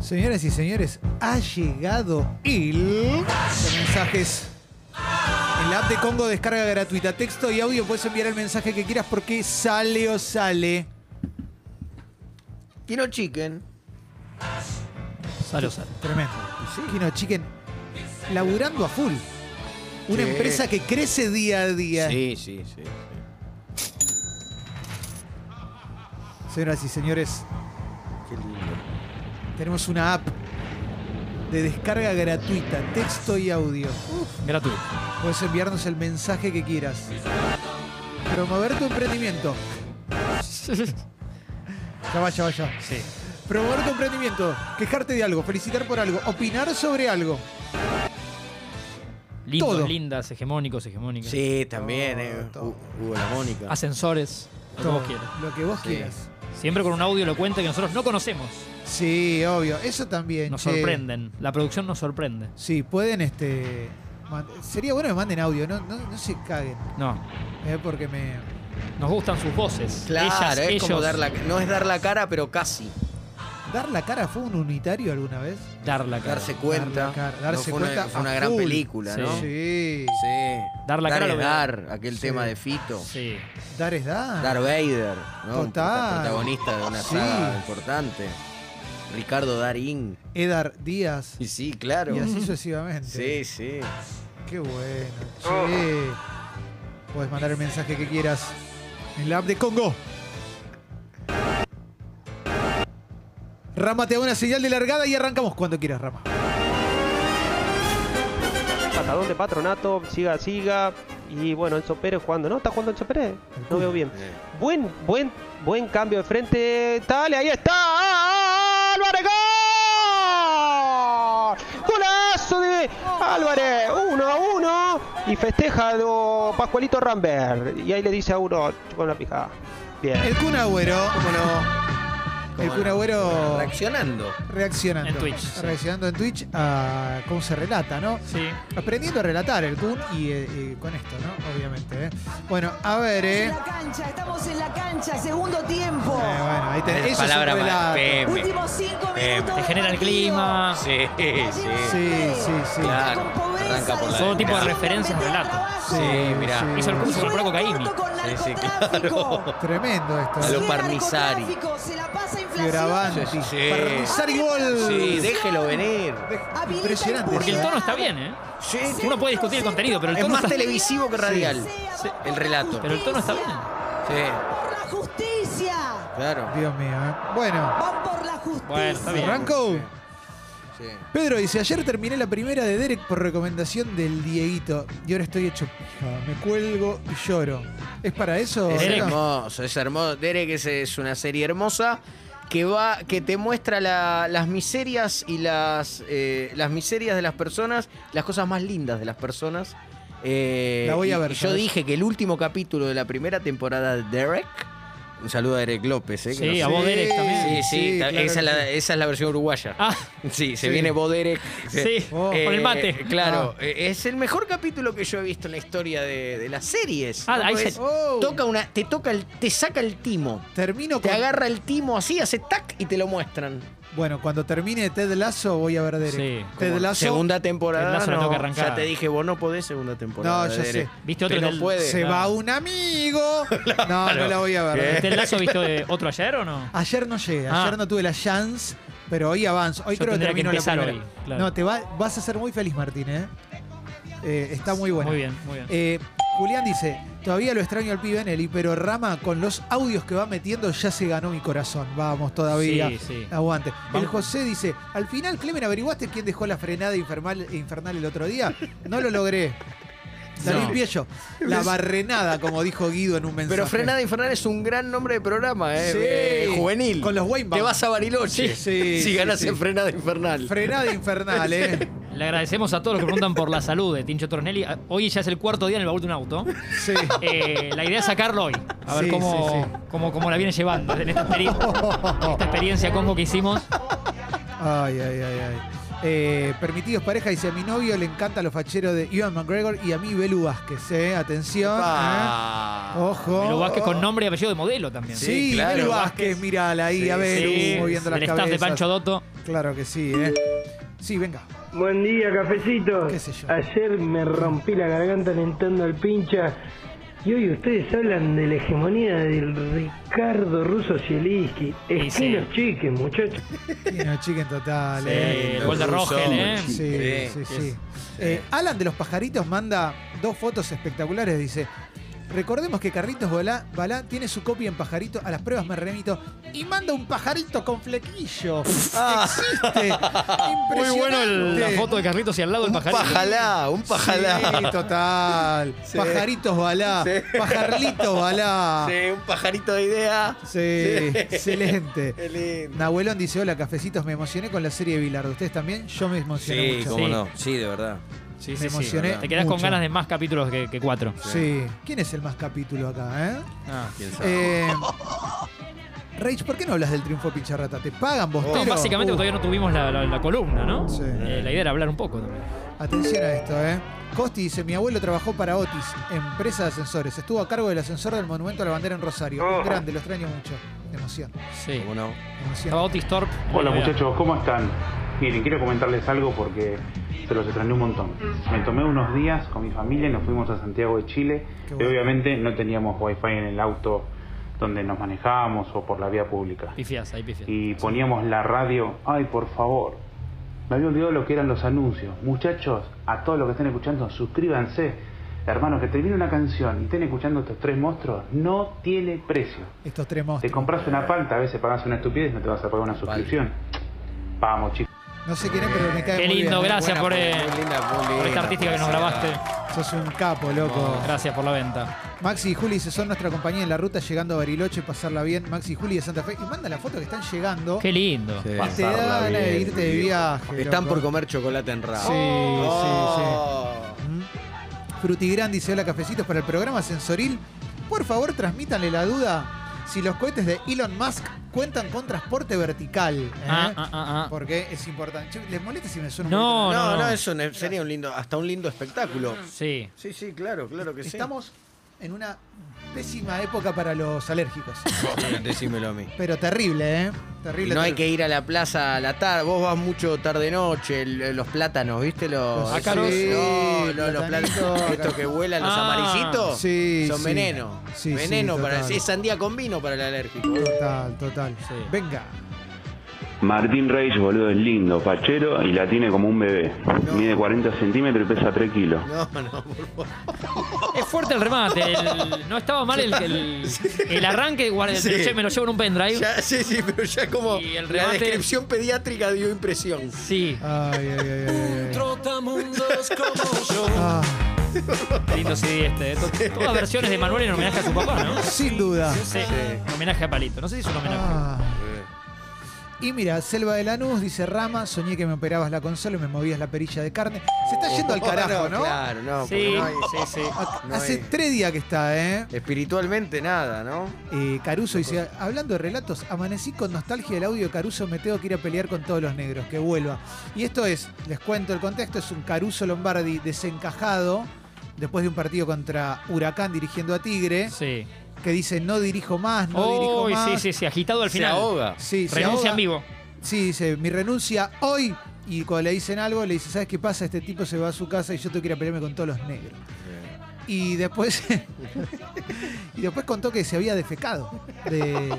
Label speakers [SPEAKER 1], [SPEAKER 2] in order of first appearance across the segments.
[SPEAKER 1] Señoras y señores, ha llegado el de mensajes. En la app de Congo descarga gratuita, texto y audio, puedes enviar el mensaje que quieras porque sale o sale.
[SPEAKER 2] Kino Chicken.
[SPEAKER 3] Salo, salo.
[SPEAKER 1] Tremendo. Kino Chicken, laburando a full. Una
[SPEAKER 2] Sí.
[SPEAKER 1] empresa que crece día a día.
[SPEAKER 2] Sí, sí, sí.
[SPEAKER 1] Señoras y señores,
[SPEAKER 2] Qué lindo.
[SPEAKER 1] tenemos una app de descarga gratuita, texto y audio.
[SPEAKER 3] Gratuito.
[SPEAKER 1] Puedes enviarnos el mensaje que quieras. Promover tu emprendimiento.
[SPEAKER 3] sí.
[SPEAKER 1] Ya va, ya va, ya va. Promover tu emprendimiento, quejarte de algo, felicitar por algo, opinar sobre algo.
[SPEAKER 3] Lindos,
[SPEAKER 1] Todo.
[SPEAKER 3] lindas, hegemónicos, hegemónicas.
[SPEAKER 2] Sí, también, eh.
[SPEAKER 1] Todo,
[SPEAKER 2] Hu- Hugo la Mónica.
[SPEAKER 3] Ascensores, lo que
[SPEAKER 1] Todo,
[SPEAKER 3] vos quieras.
[SPEAKER 1] Lo que vos
[SPEAKER 2] Sí.
[SPEAKER 1] quieras.
[SPEAKER 3] Siempre con un audio elocuente que nosotros no conocemos.
[SPEAKER 1] Sí, obvio. Eso también.
[SPEAKER 3] Nos
[SPEAKER 1] che.
[SPEAKER 3] sorprenden. La producción nos sorprende.
[SPEAKER 1] Sí, pueden este. man- Sería bueno que manden audio, no, no, no se caguen.
[SPEAKER 3] No.
[SPEAKER 1] eh, porque me.
[SPEAKER 3] Nos gustan sus voces.
[SPEAKER 2] Claro,
[SPEAKER 3] Ellas,
[SPEAKER 2] es como
[SPEAKER 3] ellos.
[SPEAKER 2] dar la, no es dar la cara, pero casi.
[SPEAKER 1] ¿Dar la cara fue un unitario alguna vez?
[SPEAKER 3] Dar la cara.
[SPEAKER 2] Darse cuenta.
[SPEAKER 1] la cara,
[SPEAKER 2] No,
[SPEAKER 1] darse
[SPEAKER 2] fue una-
[SPEAKER 1] cuenta
[SPEAKER 2] fue una
[SPEAKER 1] a
[SPEAKER 2] gran
[SPEAKER 1] full.
[SPEAKER 2] película, ¿no?
[SPEAKER 1] Sí.
[SPEAKER 2] Sí.
[SPEAKER 3] Dar la
[SPEAKER 2] Dar
[SPEAKER 3] cara
[SPEAKER 2] es
[SPEAKER 3] lo veo.
[SPEAKER 2] dar, aquel
[SPEAKER 1] Sí.
[SPEAKER 2] tema de Fito.
[SPEAKER 3] Sí.
[SPEAKER 1] Dar es dar.
[SPEAKER 2] Darth Vader, ¿no? Un
[SPEAKER 1] Total.
[SPEAKER 2] prota- protagonista de una
[SPEAKER 1] Sí.
[SPEAKER 2] saga importante. Ricardo Darín.
[SPEAKER 1] Edar Díaz.
[SPEAKER 2] Y sí, claro.
[SPEAKER 1] Y así sucesivamente.
[SPEAKER 2] Sí, sí.
[SPEAKER 1] Qué bueno,
[SPEAKER 2] Oh.
[SPEAKER 1] che. Puedes mandar el mensaje que quieras en la app de Congo. Rama te da una señal de largada y arrancamos cuando quieras, Rama.
[SPEAKER 4] Patadón de Patronato, siga, siga. Y bueno, Enzo Pérez jugando, ¿no? ¿Está jugando Enzo Pérez? No veo bien. Buen, buen, buen cambio de frente. Dale, ahí está. Álvarez, gol. Golazo de Álvarez. Uno a uno. Y festeja lo Pascualito Rambert. Y ahí le dice a uno, con la pijada. Bien.
[SPEAKER 1] El Kun Agüero. El Kun Agüero
[SPEAKER 2] Reaccionando.
[SPEAKER 1] reaccionando.
[SPEAKER 3] En Twitch, sí.
[SPEAKER 1] Reaccionando en Twitch a cómo se relata, ¿no?
[SPEAKER 3] Sí.
[SPEAKER 1] Aprendiendo a relatar el Kun y, eh, y con esto, ¿no? Obviamente. ¿eh? Bueno, a ver, ¿eh?
[SPEAKER 5] En la cancha, estamos en la cancha, segundo tiempo.
[SPEAKER 1] Eh, bueno, ahí tenés. Eso
[SPEAKER 2] Es
[SPEAKER 1] es un
[SPEAKER 2] palabra más
[SPEAKER 1] relato.
[SPEAKER 2] Pepe.
[SPEAKER 5] Últimos cinco
[SPEAKER 2] Bien.
[SPEAKER 5] minutos.
[SPEAKER 3] Em, Te
[SPEAKER 5] del
[SPEAKER 3] genera el
[SPEAKER 5] partido.
[SPEAKER 3] clima.
[SPEAKER 2] Sí, sí.
[SPEAKER 1] Sí, sí, sí.
[SPEAKER 2] Claro,
[SPEAKER 5] Con pobreza,
[SPEAKER 2] arranca por la
[SPEAKER 3] Todo tipo de
[SPEAKER 5] derecha.
[SPEAKER 3] referencias, relato.
[SPEAKER 1] Sí,
[SPEAKER 2] Sí, mirá.
[SPEAKER 1] sí.
[SPEAKER 3] Hizo el curso con Franco Caimi.
[SPEAKER 5] corto con
[SPEAKER 2] Sí, sí,
[SPEAKER 5] narcotráfico.
[SPEAKER 1] Tremendo esto.
[SPEAKER 2] A
[SPEAKER 1] ¿eh?
[SPEAKER 2] lo
[SPEAKER 5] Sigue
[SPEAKER 2] Parnizari.
[SPEAKER 5] narcotráfico, Se la pasa inflación.
[SPEAKER 1] Fioravanti.
[SPEAKER 2] Sí, sí, sí.
[SPEAKER 1] Parnizari gol.
[SPEAKER 2] Sí, déjelo venir.
[SPEAKER 1] De- Impresionante.
[SPEAKER 3] Porque el tono está bien, ¿eh? Uno puede discutir el contenido, pero el
[SPEAKER 2] Es
[SPEAKER 3] tono
[SPEAKER 2] más
[SPEAKER 3] está
[SPEAKER 2] televisivo que radial.
[SPEAKER 5] Sí.
[SPEAKER 2] El relato.
[SPEAKER 3] Pero el tono está bien.
[SPEAKER 2] Sí,
[SPEAKER 5] Por la justicia.
[SPEAKER 2] claro.
[SPEAKER 1] Dios mío, ¿eh? Bueno,
[SPEAKER 5] Van por la justicia.
[SPEAKER 3] Bueno, está bien.
[SPEAKER 1] arranco.
[SPEAKER 2] Sí.
[SPEAKER 1] Pedro dice, ayer terminé la primera de Derek por recomendación del Dieguito y ahora estoy hecho pija, me cuelgo y lloro. ¿Es para eso?
[SPEAKER 2] Es
[SPEAKER 3] Derek.
[SPEAKER 1] Cero?
[SPEAKER 2] hermoso, es hermoso. Derek es, es una serie hermosa que va, que te muestra la- las miserias y las, eh, las miserias de las personas, las cosas más lindas de las personas. Eh,
[SPEAKER 1] La voy a
[SPEAKER 2] y-
[SPEAKER 1] ver,
[SPEAKER 2] y yo
[SPEAKER 1] ¿sabes?
[SPEAKER 2] dije que el último capítulo de la primera temporada de Derek. Un saludo a Derek López, eh, que
[SPEAKER 3] Sí,
[SPEAKER 2] nos-
[SPEAKER 3] a vos, Derek,
[SPEAKER 2] sí,
[SPEAKER 3] también.
[SPEAKER 2] sí, ta-
[SPEAKER 1] claro
[SPEAKER 2] esa, es
[SPEAKER 1] que
[SPEAKER 2] la,
[SPEAKER 1] sí.
[SPEAKER 2] esa es la versión uruguaya.
[SPEAKER 3] Ah,
[SPEAKER 2] Sí, se
[SPEAKER 1] Sí. Ah.
[SPEAKER 2] viene Boderek.
[SPEAKER 3] Sí,
[SPEAKER 1] Oh.
[SPEAKER 3] con el mate.
[SPEAKER 2] eh, Claro, eh, es el mejor capítulo que yo he visto en la historia de, de las series.
[SPEAKER 3] Ah,
[SPEAKER 2] ¿no?
[SPEAKER 3] ahí
[SPEAKER 2] Porque
[SPEAKER 3] se-
[SPEAKER 1] Oh.
[SPEAKER 2] toca una, te toca el, te saca el timo.
[SPEAKER 1] Termino
[SPEAKER 2] Te
[SPEAKER 1] con-
[SPEAKER 2] agarra el timo así, hace tac y te lo muestran.
[SPEAKER 1] Bueno, cuando termine Ted Lazo voy a ver a Derek.
[SPEAKER 3] Ah, Sí.
[SPEAKER 1] Ted
[SPEAKER 2] Como
[SPEAKER 1] Lazo
[SPEAKER 2] Segunda temporada.
[SPEAKER 3] El lazo la
[SPEAKER 2] no,
[SPEAKER 3] tengo que arrancar.
[SPEAKER 2] Ya te dije, vos no podés segunda temporada.
[SPEAKER 1] No, ya
[SPEAKER 2] de Derek.
[SPEAKER 1] sé.
[SPEAKER 3] ¿Viste otro
[SPEAKER 2] Pero
[SPEAKER 3] del-
[SPEAKER 2] puede.
[SPEAKER 1] se
[SPEAKER 3] Claro.
[SPEAKER 1] va un amigo. No, no la voy a ver.
[SPEAKER 3] ¿Este lazo viste otro ayer o no?
[SPEAKER 1] Ayer no llegué,
[SPEAKER 3] Ah.
[SPEAKER 1] ayer no tuve la chance, pero hoy avanzo. Hoy
[SPEAKER 3] Yo
[SPEAKER 1] creo que
[SPEAKER 3] tendría que
[SPEAKER 1] termino la
[SPEAKER 3] empezar
[SPEAKER 1] primera.
[SPEAKER 3] hoy, claro.
[SPEAKER 1] No, te va- vas a ser muy feliz, Martín, ¿eh? Eh, está muy bueno.
[SPEAKER 3] Muy bien, muy bien.
[SPEAKER 1] Eh, Julián dice, todavía lo extraño al pibe Nelly, pero Rama con los audios que va metiendo ya se ganó mi corazón. Vamos todavía.
[SPEAKER 3] Sí, sí.
[SPEAKER 1] Aguante. El
[SPEAKER 3] Vamos.
[SPEAKER 1] José dice, al final, Clemen, ¿averiguaste quién dejó la frenada infernal, infernal el otro día? No lo logré. La
[SPEAKER 3] No.
[SPEAKER 1] limpié yo. La barrenada, como dijo Guido en un mensaje.
[SPEAKER 2] Pero Frenada Infernal es un gran nombre de programa, ¿eh?
[SPEAKER 1] Sí.
[SPEAKER 2] Eh, juvenil.
[SPEAKER 1] Con los Weinbaum.
[SPEAKER 2] Te vas a Bariloche.
[SPEAKER 1] Sí, sí,
[SPEAKER 2] si
[SPEAKER 1] sí,
[SPEAKER 2] ganas
[SPEAKER 1] sí.
[SPEAKER 2] en Frenada Infernal.
[SPEAKER 1] Frenada infernal, ¿eh?
[SPEAKER 3] Le agradecemos a todos los que preguntan por la salud de Tincho Tornelli. Ah, Hoy ya es el cuarto día en el baúl de un auto.
[SPEAKER 1] Sí.
[SPEAKER 3] Eh, la idea es sacarlo hoy. A ver
[SPEAKER 1] Sí,
[SPEAKER 3] cómo,
[SPEAKER 1] sí, sí.
[SPEAKER 3] Cómo, cómo la viene llevando en esta, experi- esta experiencia Congo que hicimos.
[SPEAKER 1] Ay, ay, ay, ay. eh, permitidos pareja. Dice, a mi novio le encantan los facheros de Ivan McGregor y a mí Belu Vázquez. eh. Atención.
[SPEAKER 2] Pa.
[SPEAKER 1] eh. Ojo.
[SPEAKER 3] Pero Vázquez con nombre y apellido de modelo también.
[SPEAKER 1] Sí,
[SPEAKER 2] Sí, claro,
[SPEAKER 1] Belu Vázquez,
[SPEAKER 2] Vázquez.
[SPEAKER 1] mirala ahí,
[SPEAKER 2] Sí,
[SPEAKER 1] a Belu
[SPEAKER 3] Sí,
[SPEAKER 1] moviendo las
[SPEAKER 3] el staff
[SPEAKER 1] cabezas.
[SPEAKER 3] de Pancho Dotto.
[SPEAKER 1] Claro que sí, ¿eh? Sí, venga.
[SPEAKER 6] Buen día, cafecito.
[SPEAKER 1] Qué sé yo.
[SPEAKER 6] Ayer me rompí la garganta alentando al pincha. Y hoy ustedes hablan de la hegemonía del Ricardo Russo Zielinski.
[SPEAKER 3] Y sí.
[SPEAKER 6] Esquinos chiques, muchachos.
[SPEAKER 1] Tiene chicken total,
[SPEAKER 3] Sí,
[SPEAKER 1] eh.
[SPEAKER 3] el gol de
[SPEAKER 2] ruso.
[SPEAKER 3] Rogel, ¿eh?
[SPEAKER 1] Sí, sí, sí. Eh, Alan de los Pajaritos manda dos fotos espectaculares, dice. Recordemos que Carritos Balá, Balá tiene su copia en pajarito, a las pruebas me remito, y manda un pajarito con flequillo. Existe.
[SPEAKER 3] Muy bueno el- la
[SPEAKER 1] Impresionante.
[SPEAKER 3] foto de Carlitos y al lado del
[SPEAKER 2] Un
[SPEAKER 3] pajarito.
[SPEAKER 2] pajalá, un pajalá.
[SPEAKER 1] Sí, total.
[SPEAKER 2] Sí.
[SPEAKER 1] Pajaritos Balá. Pajarlitos Balá.
[SPEAKER 2] Sí, un pajarito de idea.
[SPEAKER 1] Sí, excelente.
[SPEAKER 2] Qué lindo.
[SPEAKER 1] Nahuelón dice, hola, cafecitos, me emocioné con la serie de Bilardo. ¿Ustedes también? Yo me emocioné
[SPEAKER 2] Sí,
[SPEAKER 1] mucho.
[SPEAKER 2] cómo
[SPEAKER 3] Sí.
[SPEAKER 2] no. Sí, de verdad.
[SPEAKER 3] Sí,
[SPEAKER 1] Me
[SPEAKER 3] sí, sí.
[SPEAKER 1] emocioné
[SPEAKER 3] Te quedás con
[SPEAKER 1] mucho.
[SPEAKER 3] ganas de más capítulos que, que cuatro.
[SPEAKER 1] Sí. ¿Quién es el más capítulo acá, eh?
[SPEAKER 3] Ah.
[SPEAKER 2] ¿Quién sabe?
[SPEAKER 1] Eh, Rage, ¿por qué no hablas del triunfo pincharrata? ¿Te pagan vos?
[SPEAKER 2] No,
[SPEAKER 3] No, Oh, básicamente
[SPEAKER 1] Uh,
[SPEAKER 3] todavía no tuvimos la, la- la columna, ¿no?
[SPEAKER 1] Sí.
[SPEAKER 3] Eh, la idea era hablar un poco también.
[SPEAKER 1] Atención a esto, ¿eh? Costi dice, mi abuelo trabajó para Otis, empresa de ascensores. Estuvo a cargo del ascensor del Monumento a la Bandera en Rosario. Un grande, lo extraño mucho. Emoción,
[SPEAKER 3] Sí.
[SPEAKER 2] ¿Cómo no?
[SPEAKER 1] emoción.
[SPEAKER 3] Estaba Otis Torp.
[SPEAKER 7] Hola muchachos, ¿cómo están? Miren, quiero comentarles algo porque se los extrañé un montón.
[SPEAKER 1] Mm.
[SPEAKER 7] Me tomé unos días con mi familia y nos fuimos a Santiago de Chile.
[SPEAKER 1] Qué
[SPEAKER 7] Y
[SPEAKER 1] bueno.
[SPEAKER 7] obviamente no teníamos wifi en el auto donde nos manejábamos o por la vía pública.
[SPEAKER 3] Pifias, ahí pifias.
[SPEAKER 7] Y poníamos la radio, ay por favor. Me había olvidado lo que eran los anuncios. Muchachos, a todos los que estén escuchando, suscríbanse. Hermanos, que termine una canción y estén escuchando estos tres monstruos, no tiene precio.
[SPEAKER 1] Estos tres
[SPEAKER 7] Te
[SPEAKER 1] monstruos.
[SPEAKER 7] compras una palta, a veces pagas una estupidez, no te vas a pagar una suscripción. Vamos, chicos.
[SPEAKER 1] No sé quién es, pero me cae
[SPEAKER 3] Qué
[SPEAKER 1] muy
[SPEAKER 3] lindo,
[SPEAKER 1] bien. ¿eh?
[SPEAKER 3] gracias por, eh,
[SPEAKER 2] muy linda, muy
[SPEAKER 3] por esta
[SPEAKER 2] linda
[SPEAKER 3] artística que nos
[SPEAKER 2] publicidad.
[SPEAKER 3] grabaste.
[SPEAKER 1] Sos un capo, loco.
[SPEAKER 3] Gracias por la venta.
[SPEAKER 1] Maxi y Juli se son nuestra compañía en la ruta llegando a Bariloche, pasarla bien. Maxi y Juli de Santa Fe. Y manda la foto que están llegando.
[SPEAKER 3] Qué lindo.
[SPEAKER 2] Sí.
[SPEAKER 1] Y te dan ganas de irte de viaje.
[SPEAKER 2] Están
[SPEAKER 1] loco.
[SPEAKER 2] por comer chocolate en rabo.
[SPEAKER 1] Sí,
[SPEAKER 2] Oh.
[SPEAKER 1] sí, sí. Mm. Frutigrán dice: Hola, cafecitos para el programa Sensoril. Por favor, transmítanle la duda si los cohetes de Elon Musk cuentan con transporte vertical. ¿eh?
[SPEAKER 3] Ah, ah, ah, ah.
[SPEAKER 1] Porque es importante. Che, ¿Les molesta si me suena un
[SPEAKER 2] No,
[SPEAKER 3] No, no,
[SPEAKER 2] no,
[SPEAKER 3] no.
[SPEAKER 2] eso ne- sería un lindo, hasta un lindo espectáculo.
[SPEAKER 3] Sí.
[SPEAKER 2] ah. Sí, sí, claro, claro que
[SPEAKER 1] poquito?
[SPEAKER 2] sí.
[SPEAKER 1] Estamos en una pésima época para los alérgicos.
[SPEAKER 2] Decímelo a mí.
[SPEAKER 1] Pero terrible, ¿eh? Terrible.
[SPEAKER 2] No hay
[SPEAKER 1] terrible.
[SPEAKER 2] que ir a la plaza a la tarde. Vos vas mucho tarde-noche. el- eh, Los plátanos, ¿viste? Los,
[SPEAKER 1] Los-
[SPEAKER 3] Ácaros.
[SPEAKER 2] Sí, no, no, los
[SPEAKER 1] platanitos,
[SPEAKER 2] plátanos. Estos
[SPEAKER 1] ácaros.
[SPEAKER 2] que vuelan, los
[SPEAKER 3] Ah.
[SPEAKER 2] amarillitos.
[SPEAKER 1] Sí,
[SPEAKER 2] son
[SPEAKER 1] sí.
[SPEAKER 2] veneno.
[SPEAKER 1] Sí, sí,
[SPEAKER 2] veneno para.
[SPEAKER 1] total.
[SPEAKER 2] Es sandía con vino para el alérgico.
[SPEAKER 1] Total, total.
[SPEAKER 3] Sí.
[SPEAKER 1] Venga.
[SPEAKER 8] Martín Reich, boludo, es lindo, fachero y la tiene como un bebé.
[SPEAKER 2] No.
[SPEAKER 8] Mide 40 centímetros y pesa 3 kilos.
[SPEAKER 2] No, no, por favor.
[SPEAKER 3] Es fuerte el remate. el- no estaba mal el, el, el arranque. de guardia-
[SPEAKER 2] Sí.
[SPEAKER 3] Che, me lo llevo en un pendrive.
[SPEAKER 2] Ya, sí, sí, pero ya como
[SPEAKER 3] Y el
[SPEAKER 2] la
[SPEAKER 3] remate-
[SPEAKER 2] descripción pediátrica dio impresión.
[SPEAKER 3] Sí.
[SPEAKER 1] Ay, ay, ay, ay, ay. Ah,
[SPEAKER 3] Qué lindo CD este. eh. To- Todas versiones de Manuel en homenaje a su papá, ¿no?
[SPEAKER 1] sin duda.
[SPEAKER 3] Sí. Homenaje a Palito. No sé si es un homenaje.
[SPEAKER 1] Ah. Y mira, Selva de Lanús dice Rama, soñé que me operabas la consola y me movías la perilla de carne. Se está yendo al carajo, ¿no?
[SPEAKER 2] Oh, Claro, no.
[SPEAKER 3] sí,
[SPEAKER 2] porque no hay-
[SPEAKER 3] sí, sí.
[SPEAKER 1] Ha-
[SPEAKER 2] No
[SPEAKER 1] Hace
[SPEAKER 2] hay-
[SPEAKER 1] tres días que está, ¿eh?
[SPEAKER 2] Espiritualmente nada, ¿no?
[SPEAKER 1] Eh, Caruso dice, hablando de relatos, amanecí con nostalgia del audio de Caruso, me tengo que ir a pelear con todos los negros, que vuelva. Y esto es, les cuento el contexto, es un Caruso Lombardi desencajado después de un partido contra Huracán dirigiendo a Tigre,
[SPEAKER 3] Sí.
[SPEAKER 1] que dice, no dirijo más, no dirijo
[SPEAKER 3] Uy,
[SPEAKER 1] más.
[SPEAKER 3] sí, sí, sí. Agitado al
[SPEAKER 2] Se
[SPEAKER 3] final.
[SPEAKER 2] ahoga.
[SPEAKER 1] Sí, se
[SPEAKER 3] Renuncia en
[SPEAKER 1] ahoga.
[SPEAKER 3] vivo.
[SPEAKER 1] Sí, dice, mi renuncia hoy. Y cuando le dicen algo, le dice, ¿sabes qué pasa? Este tipo se va a su casa y yo tengo que ir a pelearme con todos los negros. Y después. y después contó que se había defecado. de-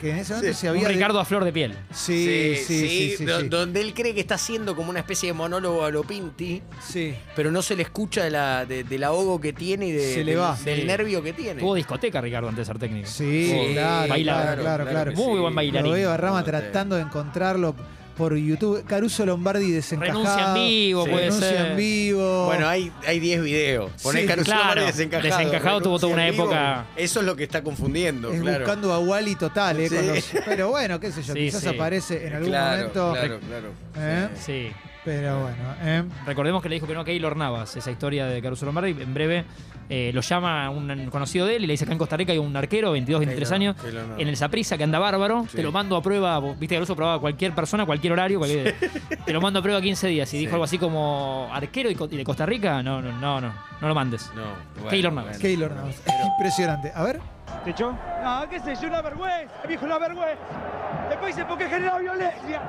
[SPEAKER 1] que en ese momento se
[SPEAKER 3] Un
[SPEAKER 1] había. de-
[SPEAKER 3] Ricardo a flor de piel.
[SPEAKER 1] Sí, sí, sí. sí, sí,
[SPEAKER 2] do- Donde él cree que está haciendo como una especie de monólogo a lo Pinti,
[SPEAKER 1] Sí.
[SPEAKER 2] pero no se le escucha de la, de- del ahogo que tiene y de-
[SPEAKER 1] Se le
[SPEAKER 2] del-
[SPEAKER 1] va.
[SPEAKER 2] del
[SPEAKER 3] Sí.
[SPEAKER 2] nervio que tiene.
[SPEAKER 3] Tuvo discoteca Ricardo antes de ser técnico.
[SPEAKER 1] Sí,
[SPEAKER 2] Sí,
[SPEAKER 1] claro,
[SPEAKER 3] baila,
[SPEAKER 1] claro, claro, claro.
[SPEAKER 2] que
[SPEAKER 3] Muy buen bailarín.
[SPEAKER 1] Lo veo a Rama
[SPEAKER 2] No te-
[SPEAKER 1] tratando de encontrarlo por YouTube. Caruso Lombardi desencajado.
[SPEAKER 3] Renuncia en vivo,
[SPEAKER 1] Sí.
[SPEAKER 3] puede
[SPEAKER 1] Renuncia
[SPEAKER 3] ser.
[SPEAKER 1] en vivo.
[SPEAKER 2] Bueno, hay hay 10 videos. Ponés
[SPEAKER 1] Sí,
[SPEAKER 2] Caruso
[SPEAKER 3] claro.
[SPEAKER 2] Lombardi desencajado.
[SPEAKER 3] Desencajado tuvo toda una
[SPEAKER 2] Renuncia en vivo.
[SPEAKER 3] época-
[SPEAKER 2] Eso es lo que está confundiendo,
[SPEAKER 1] Es
[SPEAKER 2] claro.
[SPEAKER 1] buscando a Wally total, ¿eh? Con
[SPEAKER 2] Sí.
[SPEAKER 1] los- pero bueno, qué sé yo,
[SPEAKER 3] Sí,
[SPEAKER 1] quizás
[SPEAKER 3] sí.
[SPEAKER 1] aparece en algún
[SPEAKER 2] Claro,
[SPEAKER 1] momento.
[SPEAKER 2] Claro, claro.
[SPEAKER 1] ¿Eh?
[SPEAKER 2] Sí.
[SPEAKER 3] Sí.
[SPEAKER 1] Pero bueno, ¿eh?
[SPEAKER 3] Recordemos que le dijo que no a Keylor Navas, esa historia de Caruso Lombardi. En breve eh, lo llama un conocido de él y le dice acá en Costa Rica hay un arquero, 22, 23
[SPEAKER 2] Keylor-
[SPEAKER 3] años,
[SPEAKER 2] Keylor Navas.
[SPEAKER 3] en el Saprisa que anda bárbaro.
[SPEAKER 2] Sí.
[SPEAKER 3] Te lo mando a prueba, vos- viste, Caruso probaba a cualquier persona, cualquier horario, cualquier- te lo mando a prueba 15 días. Y dijo
[SPEAKER 2] Sí.
[SPEAKER 3] algo así como arquero y, co- y de Costa Rica, no, no, no, no, no lo mandes.
[SPEAKER 2] No, bueno,
[SPEAKER 3] Keylor Navas.
[SPEAKER 2] bueno.
[SPEAKER 1] Keylor Navas. Impresionante. A ver.
[SPEAKER 9] ¿Te echó? No, qué sé yo, una vergüenza, viejo, una vergüenza. El país se porque genera violencia.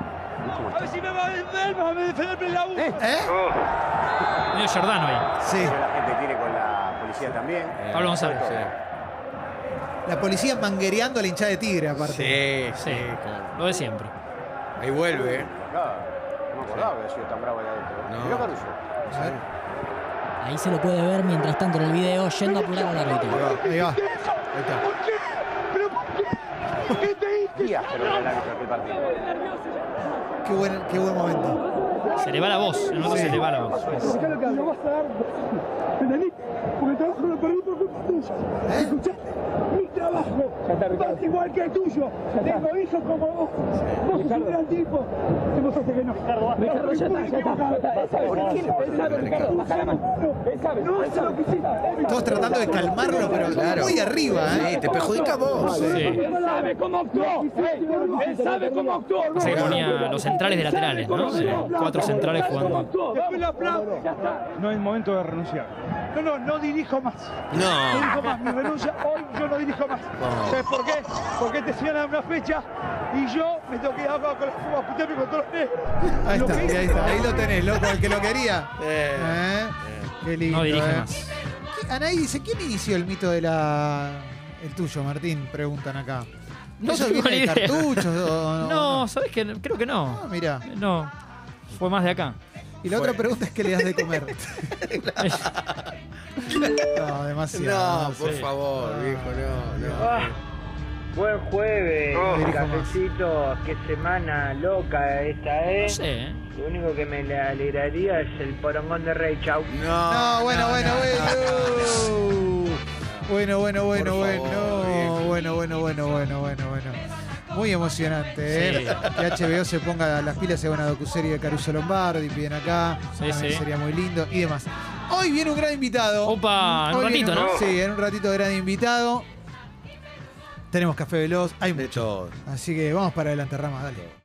[SPEAKER 9] A ver si me va a defender, me va a defender por el laburo.
[SPEAKER 1] ¿Eh?
[SPEAKER 3] Medio Giordano ahí.
[SPEAKER 1] Sí.
[SPEAKER 2] Eh,
[SPEAKER 3] Pablo González.
[SPEAKER 1] La policía manguereando a la hinchada de Tigre, aparte.
[SPEAKER 2] Sí, sí.
[SPEAKER 3] Sí.
[SPEAKER 2] Eh, como-
[SPEAKER 3] Lo de siempre.
[SPEAKER 2] Ahí vuelve. eh. No.
[SPEAKER 1] A ver,
[SPEAKER 10] Ahí se lo puede ver mientras tanto en el video yendo a apurar al árbitro.
[SPEAKER 1] Ahí va.
[SPEAKER 9] ¿Por qué? ¿Pero por qué? ¿Qué te hice?
[SPEAKER 1] Qué buen, qué buen momento.
[SPEAKER 3] Se le va la voz. En otro se le va la voz.
[SPEAKER 9] Acá lo que no vas a dar. ¿Entendiste? Porque trabajo lo perdí por culpa tuya. ¿Escuchaste? Mi trabajo. Va igual que el tuyo. Tengo hijos como vos. Vos sos un gran tipo. Y vos haces que no. Ricardo, ya está, ya está. ¿Por qué le pensás, Ricardo? Baja la mano. No, eso es lo que hiciste.
[SPEAKER 1] Todos tratando de calmarlo, pero
[SPEAKER 2] Claro.
[SPEAKER 1] muy arriba, ¿eh?
[SPEAKER 2] Sí, te perjudica a vos.
[SPEAKER 3] Sí.
[SPEAKER 9] Él sabe cómo actuó. Él sabe cómo actuó. ¿no?
[SPEAKER 3] Se ponía los centrales de laterales, ¿no?
[SPEAKER 9] Sí.
[SPEAKER 3] Cuatro centrales jugando.
[SPEAKER 9] Después lo aplaudo. No es momento de renunciar. No, no, no dirijo más. No
[SPEAKER 2] No.
[SPEAKER 9] dirijo más. Mi renuncia hoy yo no dirijo más. ¿Sabes por qué? Porque te cierran una fecha y yo me tengo que ir acá con las fumas puteando y con todos los negros.
[SPEAKER 1] Ahí
[SPEAKER 9] Lo
[SPEAKER 1] está,
[SPEAKER 9] que hice-
[SPEAKER 1] ahí está. Ahí lo tenés, loco, el que lo quería.
[SPEAKER 2] Eh,
[SPEAKER 1] ¿Eh? Qué lindo.
[SPEAKER 3] No dirige
[SPEAKER 1] ¿eh?
[SPEAKER 3] más.
[SPEAKER 1] ¿Qui- Anaí dice, ¿quién inició el mito de la. el tuyo, Martín? Preguntan acá.
[SPEAKER 3] No
[SPEAKER 1] ¿No se
[SPEAKER 3] tengo
[SPEAKER 1] viene de
[SPEAKER 3] ni idea.
[SPEAKER 1] cartuchos? o- o-
[SPEAKER 3] No,
[SPEAKER 1] o
[SPEAKER 3] ¿sabes qué? Creo que
[SPEAKER 1] no? Ah,
[SPEAKER 3] no.
[SPEAKER 1] mirá.
[SPEAKER 3] No. Fue más de acá.
[SPEAKER 1] Y la otra
[SPEAKER 2] Fue.
[SPEAKER 1] pregunta es ¿qué le das de comer? no, demasiado.
[SPEAKER 2] No, por
[SPEAKER 3] sí.
[SPEAKER 2] favor, viejo, no, no.
[SPEAKER 6] Buen jueves,
[SPEAKER 1] Dirijo más.
[SPEAKER 6] cafecitos, qué semana loca esta
[SPEAKER 3] No
[SPEAKER 6] es.
[SPEAKER 3] sé, ¿eh?
[SPEAKER 6] Lo único que me le alegraría es el porongón de Rey, chau.
[SPEAKER 2] No,
[SPEAKER 1] No, bueno, bueno, bueno. Bueno, bueno, bueno,
[SPEAKER 2] Por
[SPEAKER 1] bueno.
[SPEAKER 2] favor, viejo.
[SPEAKER 1] Bueno, bueno, bueno, bueno, bueno, bueno. Muy emocionante, ¿eh?
[SPEAKER 3] Sí.
[SPEAKER 1] Que HBO se ponga las pilas, se van a docuserie de Caruso Lombardi, piden acá.
[SPEAKER 3] Sí,
[SPEAKER 1] También
[SPEAKER 3] sí.
[SPEAKER 1] Sería muy lindo y demás. Hoy viene un gran invitado.
[SPEAKER 3] Opa, en
[SPEAKER 1] Hoy
[SPEAKER 3] un
[SPEAKER 1] viene
[SPEAKER 3] ratito, ¿no?
[SPEAKER 1] Sí, en un ratito gran invitado. Tenemos Café Veloz, hay
[SPEAKER 2] De
[SPEAKER 1] mucho.
[SPEAKER 2] todo.
[SPEAKER 1] Así que vamos para adelante, Ramas, dale.